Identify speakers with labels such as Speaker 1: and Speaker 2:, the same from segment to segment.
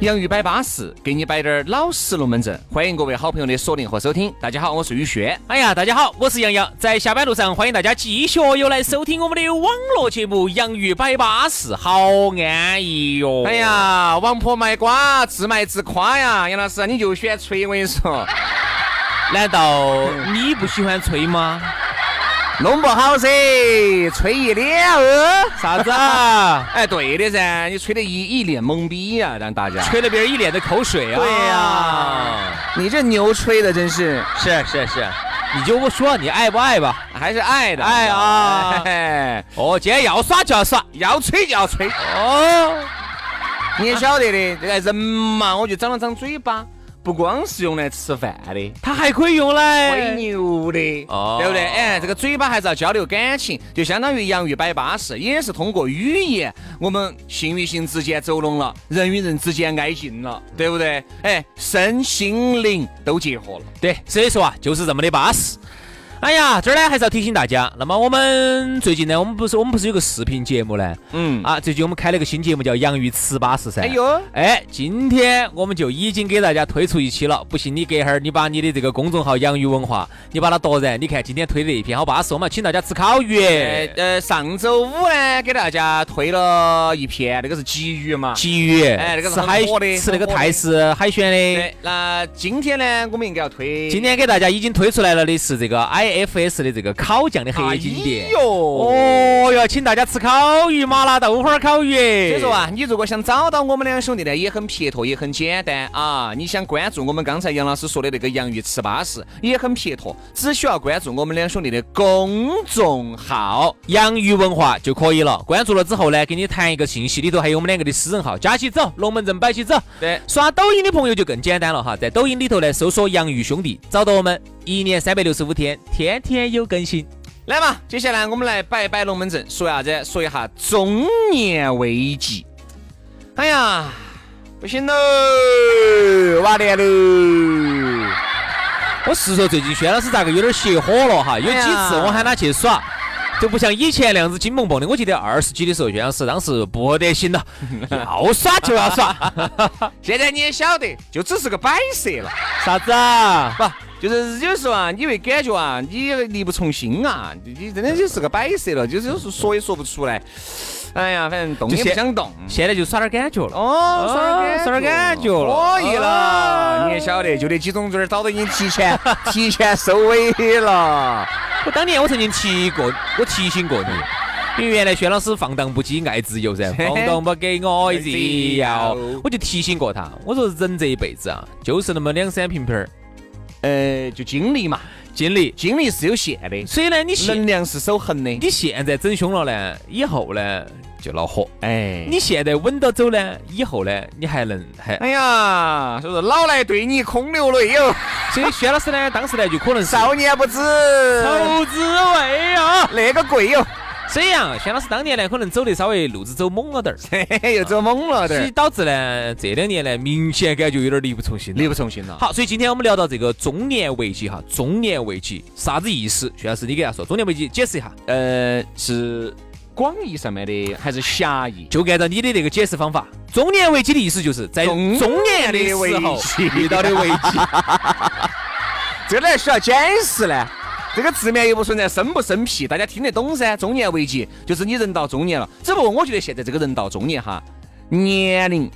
Speaker 1: 洋芋摆巴适，给你摆点儿老实龙门阵。欢迎各位好朋友的锁定和收听。大家好，我是宇轩。
Speaker 2: 哎呀，大家好，我是杨洋，在下班路上欢迎大家继续又来收听我们的网络节目《洋芋摆巴士》，好安逸哟、
Speaker 1: 哎，呀，王婆卖瓜，自卖自夸呀，杨老师你就喜欢吹，我跟你说，
Speaker 2: 难道你不喜欢吹吗？
Speaker 1: 弄不好噻，吹一脸哦。
Speaker 2: 啥子啊？
Speaker 1: 哎，对的噻，你吹得一一脸懵逼呀、让大家。
Speaker 2: 吹了别人一脸的口水啊！
Speaker 1: 对呀、你这牛吹的真是
Speaker 2: 是是是，你就不说你爱不爱吧？
Speaker 1: 还是爱的，
Speaker 2: 爱啊
Speaker 1: 哎
Speaker 2: 哦，今天要耍就要耍，
Speaker 1: 要吹就要吹。
Speaker 2: 哦，
Speaker 1: 你也晓得的，这个人嘛，我就长了长嘴巴，不光是用来吃饭的。
Speaker 2: 它还可以用
Speaker 1: 喂
Speaker 2: 来。
Speaker 1: 牛的，
Speaker 2: 哦
Speaker 1: 对不对？哎，这个嘴巴还是要交流感情，就相当于洋芋摆巴士，也是通过语言，我们心与心之间走拢了，人与人之间挨近了，对不对？哎，身心灵都结合了。
Speaker 2: 对，所以说啊，就是这么的巴适。哎呀，这儿呢还是要提醒大家，那么我们最近呢，我们不是我们不是有个视频节目呢？
Speaker 1: 嗯
Speaker 2: 啊，最近我们开了个新节目叫《洋芋吃巴适》噻。
Speaker 1: 哎呦，
Speaker 2: 哎，今天我们就已经给大家推出一期了。不信你隔一会儿，你把你的这个公众号“洋芋文化”，你把它夺人。你看今天推的那一篇好巴适，我们要请大家吃烤鱼。
Speaker 1: 呃呃，上周五呢，给大家推了一篇，那个是鲫鱼嘛。
Speaker 2: 鲫鱼，
Speaker 1: 哎那个是
Speaker 2: 吃
Speaker 1: 很
Speaker 2: 海
Speaker 1: 火的
Speaker 2: 吃那个
Speaker 1: 很火的哎
Speaker 2: 泰式海鲜的。
Speaker 1: 对，那今天呢，我们应该要推
Speaker 2: 今天给大家已经推出来了的是这个 IFS 的这个烤酱的黑金
Speaker 1: 哎
Speaker 2: 店。
Speaker 1: 呦，
Speaker 2: 哦哟，请大家吃烤鱼，麻辣豆花烤鱼。
Speaker 1: 所以说，啊，你如果想找到我们两兄弟呢，也很撇脱，也很简单啊。你想关注我们刚才杨老师说的那个洋芋吃巴适，也很撇脱，只需要关注我们两兄弟的公众号。
Speaker 2: 洋芋文化就可以了。关注了之后呢，给你弹一个信息，里头还有我们两个的私人号，加起走，龙门阵摆起走。
Speaker 1: 对
Speaker 2: 刷抖音的朋友就更简单了哈，在抖音里头呢搜索“洋芋兄弟”，找到我们，一年三百六十五天，天天有更新。
Speaker 1: 来嘛，接下来我们来摆一摆龙门阵，说啥子？说一下中年危机。哎呀，不行喽，完蛋喽！
Speaker 2: 我是说最近轩老师咋个有点邪火了哈？有几次我喊他去耍。就不像以前那样子紧蹦蹦的。我记得二十几的时候，轩老师当时不得行了， 要耍就要耍，
Speaker 1: 现在你也晓得，就只是个摆设了。
Speaker 2: 啥子啊？
Speaker 1: 不，就是有时候啊，你会感觉啊，你力不从心啊，你你真的就是个摆设了，就是有时候说也说不出来。哎呀，反正动也
Speaker 2: 就
Speaker 1: 不
Speaker 2: 现
Speaker 1: 想动。
Speaker 2: 嗯现在就耍点感觉了。
Speaker 1: 哦，
Speaker 2: 哦
Speaker 1: 耍
Speaker 2: 耍
Speaker 1: 点
Speaker 2: 点
Speaker 1: 感
Speaker 2: 感
Speaker 1: 觉
Speaker 2: 觉了
Speaker 1: 可以了。啊
Speaker 2: 哦
Speaker 1: 你也晓得，就那几种嘴儿早都已经提前 提前收尾了。
Speaker 2: 我当年我曾经提过，我提醒过你，因为原来轩老师放荡不羁，爱自由噻，放荡不给我自由，我就提醒过他，我说人这一辈子啊，就是那么两三瓶瓶儿
Speaker 1: 呃，就精力嘛，
Speaker 2: 精力，
Speaker 1: 精力是有限的，
Speaker 2: 所以呢，你现
Speaker 1: 能量是守恒的。
Speaker 2: 你现在整凶了呢，以后呢就恼火；
Speaker 1: 哎，
Speaker 2: 你现在稳到走呢，以后呢你还能还。
Speaker 1: 哎呀，所以说老来对你空流泪哟，
Speaker 2: 所以轩老师呢，当时呢就可能是
Speaker 1: 少年不知
Speaker 2: 头滋味啊。
Speaker 1: 那个贵哟，
Speaker 2: 这样，轩老师当年呢可能走的稍微路子走猛了点儿。
Speaker 1: 嘿嘿，又走猛了
Speaker 2: 所
Speaker 1: 点
Speaker 2: 以
Speaker 1: 儿，
Speaker 2: 导致呢，这两年呢，明显感觉有点力不从心了。
Speaker 1: 力不从心了。
Speaker 2: 好，所以今天我们聊到这个中年危机哈，中年危机啥子意思？徐老师，你给大家说，中年危机解释一下，
Speaker 1: 呃，是广义上面的还是狭义？
Speaker 2: 就按照你的那个解释方法，中年危机的意思就是在
Speaker 1: 哎中年
Speaker 2: 中年的时候
Speaker 1: 危机
Speaker 2: 遇到的危机。
Speaker 1: 这哪需要解释呢？这个字面又不存在生不生僻，大家听得懂噻。中年危机就是你人到中年了，只不过我觉得现在这个人到中年哈，年龄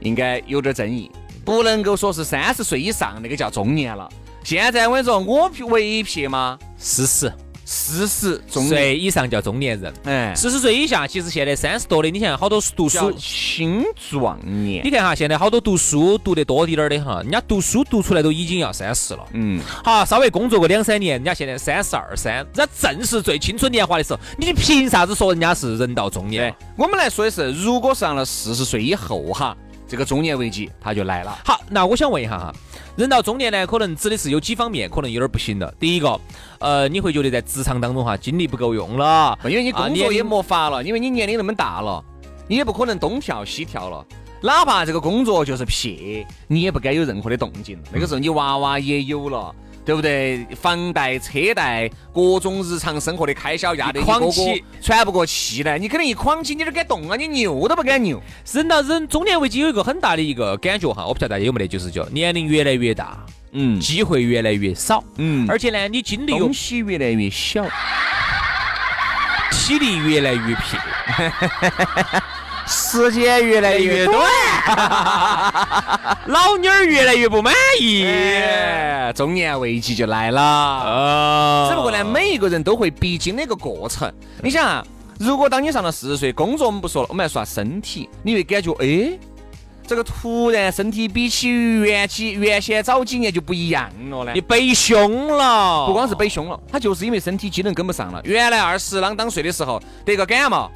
Speaker 1: 应该有点争议，不能够说是三十岁以上那个叫中年了。现在我跟你说，我撇唯一撇吗？
Speaker 2: 事实，
Speaker 1: 四十中年，
Speaker 2: 岁以上叫中年人。
Speaker 1: 哎，
Speaker 2: 四十岁以下，其实现在三十多的，你看好多读
Speaker 1: 叫
Speaker 2: 书，
Speaker 1: 青壮年
Speaker 2: 你。看哈，现在好多读书读得多一点儿的哈，人家读书读出来都已经要三十了。
Speaker 1: 嗯，
Speaker 2: 好，稍微工作个两三年，人家现在三十二三，人家正是最青春年华的时候，你凭啥子说人家是人到中年
Speaker 1: 对？，我们来说的是，如果上了四十岁以后哈，这个中年危机它就来了。
Speaker 2: 好，那我想问一下哈，人到中年呢，可能指的是有几方面，可能有点不行的。第一个，呃，你会觉得在职场当中哈，精力不够用了，
Speaker 1: 因为你
Speaker 2: 啊
Speaker 1: 工
Speaker 2: 年
Speaker 1: 作
Speaker 2: 龄
Speaker 1: 也没法了，因为你年龄那么大了，你也不可能东跳西跳了。哪怕这个工作就是撇，你也不该有任何的动静了。那个时候你娃娃也有了，对不对？房贷、车贷，各种日常生活的开销压得
Speaker 2: 一
Speaker 1: 你哥
Speaker 2: 筐
Speaker 1: 哥
Speaker 2: 起
Speaker 1: 喘不过气来。你肯定一哐起，你都敢动啊？你扭都不敢扭。
Speaker 2: 人到人中年危机有一个很大的一个感觉哈，我不晓得大家有没得，就是叫年龄越来越大，
Speaker 1: 嗯
Speaker 2: 机会越来越少，
Speaker 1: 嗯，
Speaker 2: 而且呢，你精力又
Speaker 1: 东西越来越小，
Speaker 2: 体力越来越 疲。
Speaker 1: 时间越来越短。
Speaker 2: 老妞儿越来越不满意。
Speaker 1: 哎中年危机就来了。
Speaker 2: 啊
Speaker 1: 只不过呢，每一个人都会必经的一个过程。你想啊，如果当你上了四十岁，工作我们不说了，我们来说下身体，你会感觉哎，这个突然身体比起原起原先早几年就不一样了呢
Speaker 2: 你。背凶了，
Speaker 1: 不光是背凶了，他就是因为身体机能跟不上了。原来二十啷当岁的时候得个感冒，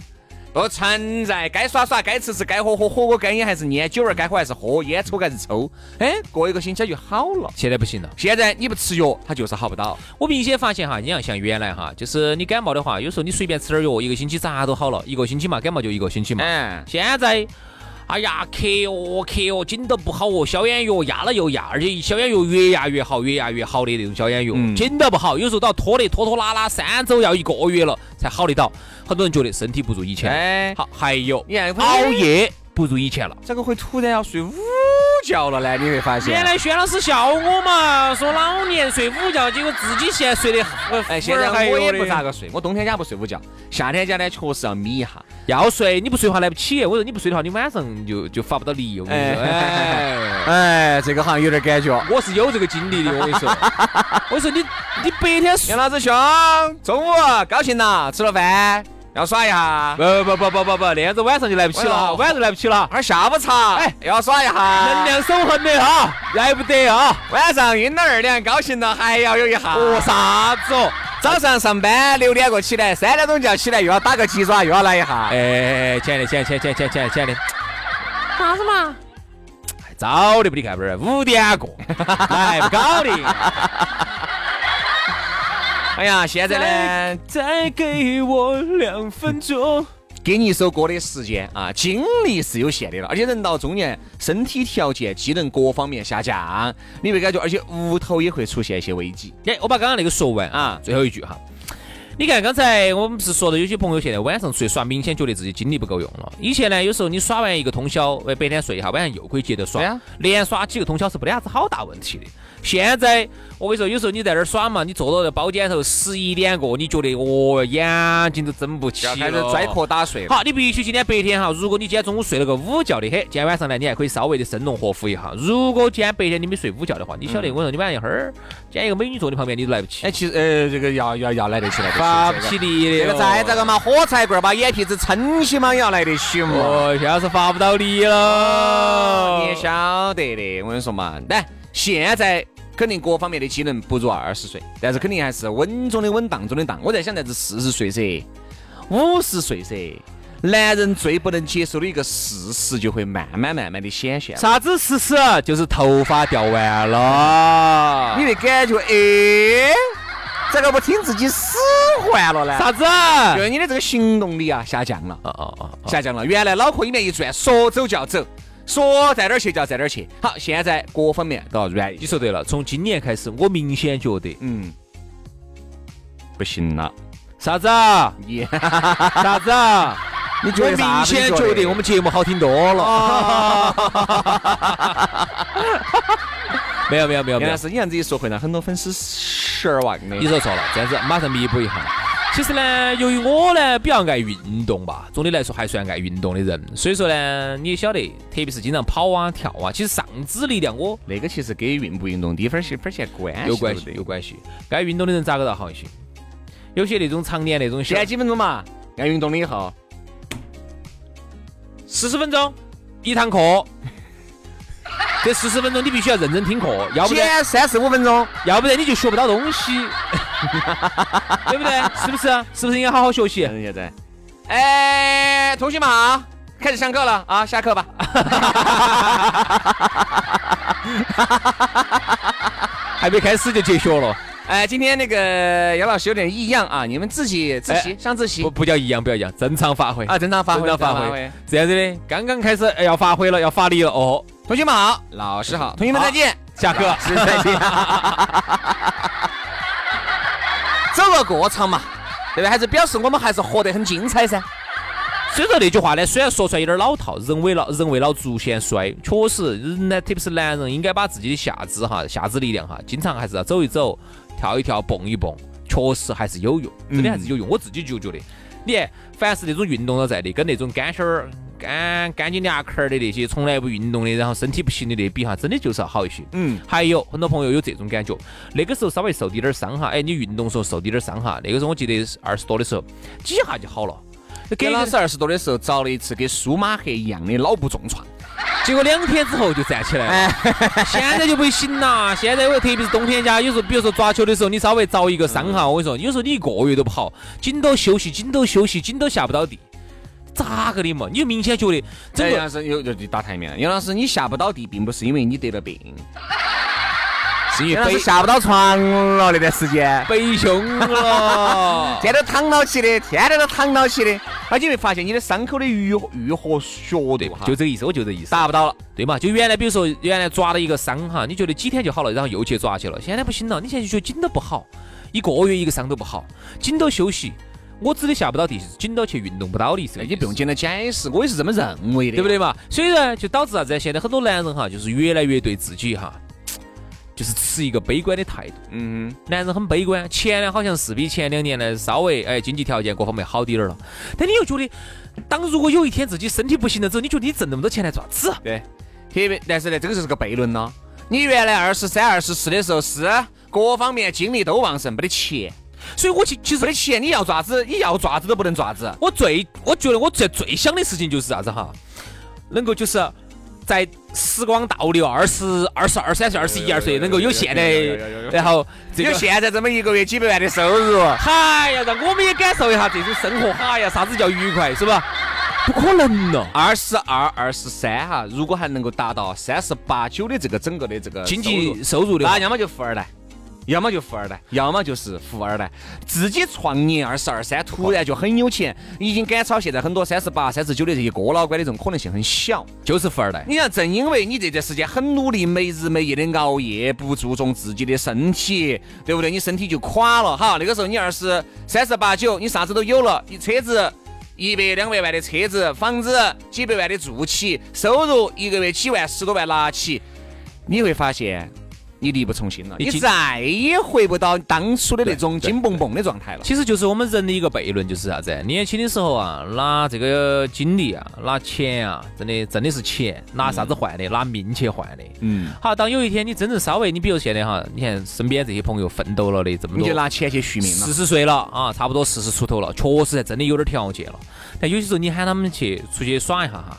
Speaker 1: 都存在该耍耍、该吃吃、该喝喝，火锅该烟还是烟，酒儿该喝还是喝，烟抽还是抽。哎，过一个星期就好了。
Speaker 2: 现在不行了。
Speaker 1: 现在你不吃药，它就是好不到。
Speaker 2: 我明显发现哈，你要像原来哈，就是你感冒的话，有时候你随便吃点药，一个星期咋都好了，一个星期嘛，感冒就一个星期嘛。
Speaker 1: 嗯，
Speaker 2: 现在，哎呀，咳哦咳哦，紧都不好哦，消炎药压了又压，而且消炎药越压越好，越压越好的那种消炎药，
Speaker 1: 嗯
Speaker 2: 紧都不好，有时候到拖的拖拖拉拉三周要一个月了才好得到。很多人觉得身体不如以前，
Speaker 1: 哎，
Speaker 2: 好，还有
Speaker 1: 你看
Speaker 2: 熬夜不如以前了。
Speaker 1: 这个会突然要睡午觉了呢？你会发现。
Speaker 2: 原来薛老师笑我嘛，说老年睡午觉，结果自己现在睡得
Speaker 1: 哎，现在我也不咋个睡，我冬天家不睡午觉，夏天家呢确实要眯一下。
Speaker 2: 要睡，你不睡的话来不起。我说你不睡的话，你晚上就就发不到力。我跟你说，哎，
Speaker 1: 哎，这个好像有点感觉。
Speaker 2: 我是有这个经历的。我跟你说，我说你你白天睡
Speaker 1: 杨。老师兄，中午高兴了，吃了饭要耍一下，
Speaker 2: 不不不不不不，那样子晚上就来不起了哈，晚上来不起了，
Speaker 1: 喝下午茶，哎，要耍一下。
Speaker 2: 能量守恒的哈，来不得哈。
Speaker 1: 晚上晕了二两，高兴了还要有一下。
Speaker 2: 哦，啥子哦？
Speaker 1: 早上上班六点过起来，三点钟就要起来，又要打个鸡爪，又要来一下。
Speaker 2: 哎，亲爱的，亲爱的，亲爱的，亲爱的，亲爱的，亲爱的，啥子嘛？哎早的不，你看不是五点过，哎，不搞的。
Speaker 1: 哎呀，现在呢，
Speaker 2: 再给我两分钟。
Speaker 1: 给你一首歌的时间啊，精力是有限的了，而且人到中年，身体条件、机能各方面下降，你会感觉，而且屋头也会出现一些危机。
Speaker 2: 哎，我把刚刚那个说完
Speaker 1: 嗯
Speaker 2: 啊，最后一句哈。你看，刚才我们不是说的，有些朋友现在晚上出去耍，明显觉得自己精力不够用了。以前呢，有时候你耍完一个通宵，哎，白天睡一下，晚上又可以接着耍
Speaker 1: 对啊，
Speaker 2: 连耍几个通宵是没得啥子好大问题的。现在我跟你说，有时候你在那儿耍嘛，你坐到那包间头，十一点过，你觉得哦，眼睛都睁不起了，
Speaker 1: 开始拽壳打碎了。
Speaker 2: 好，你必须今天白天哈，如果你今天中午睡了个午觉的很，今天晚上呢，你还可以稍微的生龙活虎一下。如果今天白天你没睡午觉的话，你晓得我跟你说你晚上一会儿，今天一个美女坐你旁边，你都来不起
Speaker 1: 哎，，其实呃，这个要要要来得起来
Speaker 2: 发
Speaker 1: 得
Speaker 2: 不
Speaker 1: 起。
Speaker 2: 起力
Speaker 1: 这
Speaker 2: 的。
Speaker 1: 个再这个，嘛，火柴棍儿把眼皮子撑起嘛，也要来得起嘛。
Speaker 2: 哦，现在是发不到力了。
Speaker 1: 哦你也晓得的，我跟你说嘛，来，现在肯定各方面的机能不如二十岁，但是肯定还是稳中的稳，当中的当。我在想，在这四十岁噻，五十岁噻，男人最不能接受的一个事实就会慢慢慢慢的显现了。
Speaker 2: 啥子事实？就是头发掉完了。
Speaker 1: 你会感觉，哎，这个不听自己使唤了呢？
Speaker 2: 啥子？
Speaker 1: 就是你的这个行动力啊下降了，
Speaker 2: 哦哦哦哦
Speaker 1: 下降了。原来脑壳里面一转，说走就要走，说在哪儿去就要在哪儿去。好，现在各方面都要软一
Speaker 2: 你
Speaker 1: 些。
Speaker 2: 说对了，从今年开始，我明显觉得
Speaker 1: 嗯，不行了，
Speaker 2: 啥子？
Speaker 1: 你
Speaker 2: 啥子？
Speaker 1: 你
Speaker 2: 我明显觉得我们节目好听多了。没有没有没有没
Speaker 1: 原
Speaker 2: 有
Speaker 1: 来，是你这样子一说，会让很多粉丝失望的。
Speaker 2: 你说错了，这样子马上弥补一下。其实呢，由于我呢比较爱运动吧，总的来说还算爱运动的人，所以说呢，你也晓得，特别是经常跑啊跳啊，其实上肢力量我
Speaker 1: 那个其实跟运不运动低分儿线分儿线关系
Speaker 2: 有关系
Speaker 1: 对不对
Speaker 2: 有关系。该运动的人咋个倒好一些？有些那种常年那种
Speaker 1: 现在几分钟嘛？要运动了以后，
Speaker 2: 四十分钟一堂课，这四十分钟你必须要认真听课，要不然
Speaker 1: 减三十五分钟，
Speaker 2: 要不然你就学不到东西，对不对？是不是？啊是不是应该好好学习？
Speaker 1: 现在。哎，同学们好，开始上课了啊，下课吧。
Speaker 2: 还没开始就结学了，
Speaker 1: 哎，今天那个姚老师有点异样啊，你们自己自习
Speaker 2: 哎
Speaker 1: 上自习
Speaker 2: 不不叫一样，不要一样，正常发挥
Speaker 1: 嗯啊，正常发
Speaker 2: 正
Speaker 1: 挥，
Speaker 2: 常发挥。。这样子的，刚刚开始哎要发挥了，要发力了哦，
Speaker 1: 同学们好，老师好，同学们再见，
Speaker 2: 下课。
Speaker 1: 是再见。走个过场嘛，对吧？还是表示我们还是活得很精彩噻。
Speaker 2: 所以说那句话呢，虽然说出来有点老套，人为老人为老足先衰，确实人呢，特别是男人，应该把自己的下肢哈、下肢力量哈，经常还是要走一走、跳一跳、蹦一蹦，确实还是有用，真的还是有用。我自己就觉得，你看，凡是那种运动了在的，跟那种干心儿、干干净牙壳儿的那些从来不运动的，然后身体不行的那比哈，真的就是要好一些。
Speaker 1: 嗯，
Speaker 2: 还有很多朋友有这种感觉，那个时候稍微受滴点儿伤哈，哎，你运动时候受滴点儿伤哈，那个时候我记得是二十多的时候，几下就好了。给
Speaker 1: 给
Speaker 2: 一个
Speaker 1: 老师二十多的时候遭了一次跟舒马赫一样的脑部重创。
Speaker 2: 结果两天之后就站起来了，现在就不行了。现在我特别是冬天家，有时候比如说抓球的时候，你稍微遭一个伤哈，我跟你说，有时候你一个月都不好，紧都休息，紧都休息，紧都下不到地，咋个的嘛？你就明显觉得整个
Speaker 1: 这哎杨老师有就打台面了。杨老师，你下不到地，并不是因为你得了病，
Speaker 2: 是因
Speaker 1: 杨老
Speaker 2: 为
Speaker 1: 师下不到床了那段时间，，
Speaker 2: 背胸了
Speaker 1: 天天都躺到起的，天天都躺到起的，而且会发现你的伤口的愈合愈合速
Speaker 2: 对
Speaker 1: 度哈，
Speaker 2: 就这个意思，我就这个意思。
Speaker 1: 达不到了。
Speaker 2: 对嘛？就原来比如说原来抓了一个伤哈，你觉得几天就好了，然后又去抓去了，现在不行了，你现在就觉得筋都不好，一个月一个伤都不好，筋都休息。我指的下不到地，是筋都去运动不到的，是
Speaker 1: 那
Speaker 2: 吧
Speaker 1: 你哎不用简单解释，我也是这么认为的，
Speaker 2: 对不？对嘛？所以呢，就导致啥子？现在很多男人哈，就是越来越对自己哈，就是持一个悲观的态度。
Speaker 1: 嗯，
Speaker 2: 男人很悲观，前呢好像是比前两年呢稍微哎经济条件各方面好点儿了，但你又觉得，当如果有一天自己身体不行了之后，你觉得你挣那么多钱来做啥子？
Speaker 1: 对。特别，但是呢，这个就是个悖论了。你原来二十三、二十四的时候是啊各方面精力都旺盛，没得钱，
Speaker 2: 所以我其其
Speaker 1: 没
Speaker 2: 实
Speaker 1: 得钱你要爪子，你要爪子都不能爪子。
Speaker 2: 我最我觉得我最最想的事情就是啥子哈，能够就是。在时光倒流，二十二十二三岁、二十一二岁，能够有现在，然后这
Speaker 1: 有
Speaker 2: 个
Speaker 1: 现在这么一个月几百万的收入，
Speaker 2: 嗨呀，让我们也感受一下这种生活，嗨呀，啥子叫愉快，是吧？不可能咯、
Speaker 1: 二十二、二十三哈，如果还能够达到三十八九的这个整个的这个
Speaker 2: 经
Speaker 1: 收入啊
Speaker 2: 济收入的话
Speaker 1: 那，要么就富二代，要么就富二代，要么就是富二代，自己创业二十二三，突然就很有钱，已经赶超现在很多三十八、三十九的这些哥老倌的这种可能性很小。
Speaker 2: 就是富二代。
Speaker 1: 你看，正因为你这段时间很努力，没日没夜的熬夜，不注重自己的身体，对不对？你身体就垮了哈。那个时候你二十三十八九，你啥子都有了，你车子。一百两百万的车子、房子，几百万的住起，收入一个月几万、十多万拿起，你会发现你力不从心了，
Speaker 2: 你
Speaker 1: 你
Speaker 2: 经
Speaker 1: 再也回不到当初的那种
Speaker 2: 对对
Speaker 1: 紧蹦蹦的状态了。
Speaker 2: 其实就是我们人的一个悖论，就是啥子？年轻的时候啊，拿这个精力啊，拿钱啊，真的真的是钱，拿啥子换的？拿命去换的。
Speaker 1: 嗯，
Speaker 2: 好，当有一天你真正稍微，你比如现在哈，你看身边这些朋友奋斗了的这么
Speaker 1: 你就
Speaker 2: 多，
Speaker 1: 拿钱去续命了
Speaker 2: 四。十岁了啊，差不多四十出头了，确实还真的有点条件了。但有些时候你喊他们去出去耍一下哈，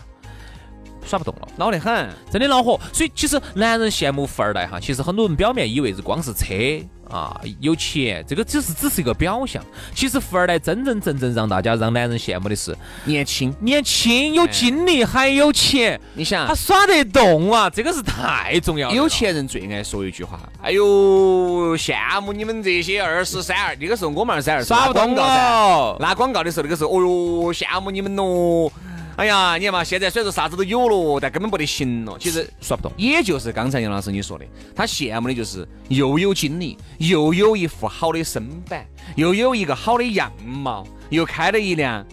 Speaker 2: 耍不动了。
Speaker 1: 恼得很，
Speaker 2: 真的恼火。所以其实男人羡慕富二代哈，其实很多人表面以为是光是车啊有钱，这个只是只是一个表象。其实富二代真真正正让大家让男人羡慕的是
Speaker 1: 年轻。
Speaker 2: 年轻有精力还有钱，
Speaker 1: 你想
Speaker 2: 他，耍得动啊，这个是太重要了。
Speaker 1: 有钱人最爱说一句话：“哎呦，羡慕你们这些二十三二。”那个时候我们二十三二
Speaker 2: 耍不动
Speaker 1: 噻。
Speaker 2: 了。
Speaker 1: 拿广告的时候，那个时候，哦哟，羡慕你们咯。哎呀，你看嘛，现在虽然说啥子都有了，但根本不得行了。其实
Speaker 2: 耍不动，
Speaker 1: 也就是刚才杨老师你说的，他羡慕的就是又有精力，又有一副好的身板，又有一个好的样貌，又开了一辆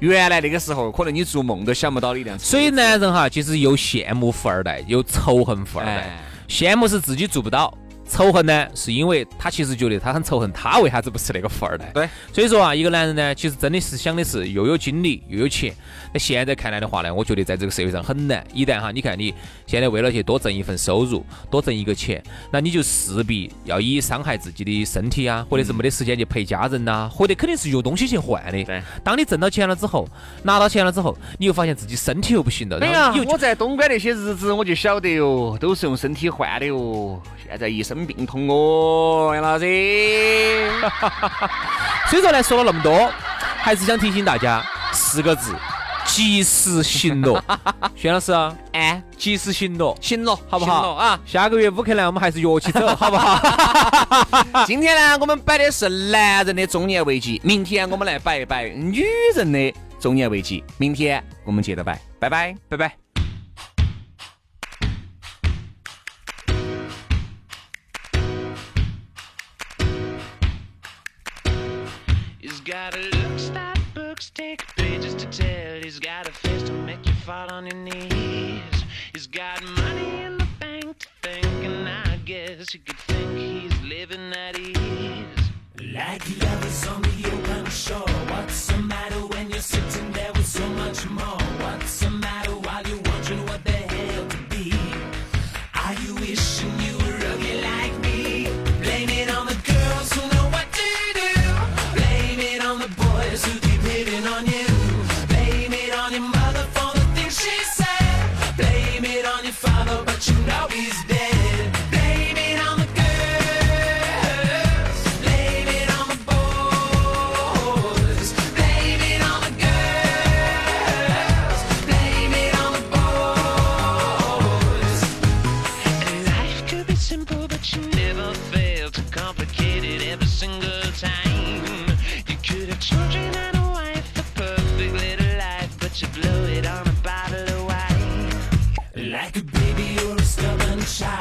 Speaker 1: 原来那个时候可能你做梦都想不到的一辆车。
Speaker 2: 所以男人哈，其实又羡慕富二代，又仇恨富二代
Speaker 1: 哎。
Speaker 2: 羡慕是自己做不到，仇恨呢，是因为他其实觉得他很仇恨，他为啥子不是那个富二代？
Speaker 1: 对，
Speaker 2: 所以说啊，一个男人呢，其实真的是想的是又有精力又有钱。那现在看来的话呢，我觉得在这个社会上很难。一旦哈，你看你现在为了去多挣一份收入，多挣一个钱，那你就势必要以伤害自己的身体啊，或者是没得时间去陪家人呐、或者肯定是用东西去换的。
Speaker 1: 对。
Speaker 2: 当你挣到钱了之后，拿到钱了之后，你又发现自己身体又不行了，
Speaker 1: 哎
Speaker 2: 然后
Speaker 1: 呀
Speaker 2: 你又，
Speaker 1: 我在东莞那些日子我就晓得哟，都是用身体换的哟。现在一身病痛哦，杨老师。
Speaker 2: 所以说呢，说了那么多，还是想提醒大家四个字：及时行 乐。轩老师啊，
Speaker 1: 哎，
Speaker 2: 及时行乐，
Speaker 1: 行了，
Speaker 2: 好不好
Speaker 1: 行了啊？
Speaker 2: 下个月乌克兰我们还是约起走， 好不好？
Speaker 1: 今天呢，我们摆的是男人的中年危机，明天我们来摆一摆女人的中年危机。明天我们接着摆，拜拜，拜拜。
Speaker 3: He's got a look, stop books, take pages to tell. He's got a face to make you fall on your knees. He's got money in the bank to think, and I guess you could think he's living at ease.
Speaker 4: Like lovers on the open shore. What's the matter when you're sitting there with so much more? What's the matter while you're wondering what the hell to be? Are you wishing you were rugged like me? Blame it on the girls who know what to do. Blame it on the boys who keep hitting on you. Blame it on your mother for the things she said. Blame it on your father, but you know he's dead. Blame it on the girls. Blame it on the boys. Blame it on the girls. Blame it on the boys.
Speaker 3: And life could be simple, but you never fail to complicate it every single time. You could have children and a wife, a perfect little life, but you blow it on a bottle of wine.
Speaker 4: Like a baby or a stubborn child.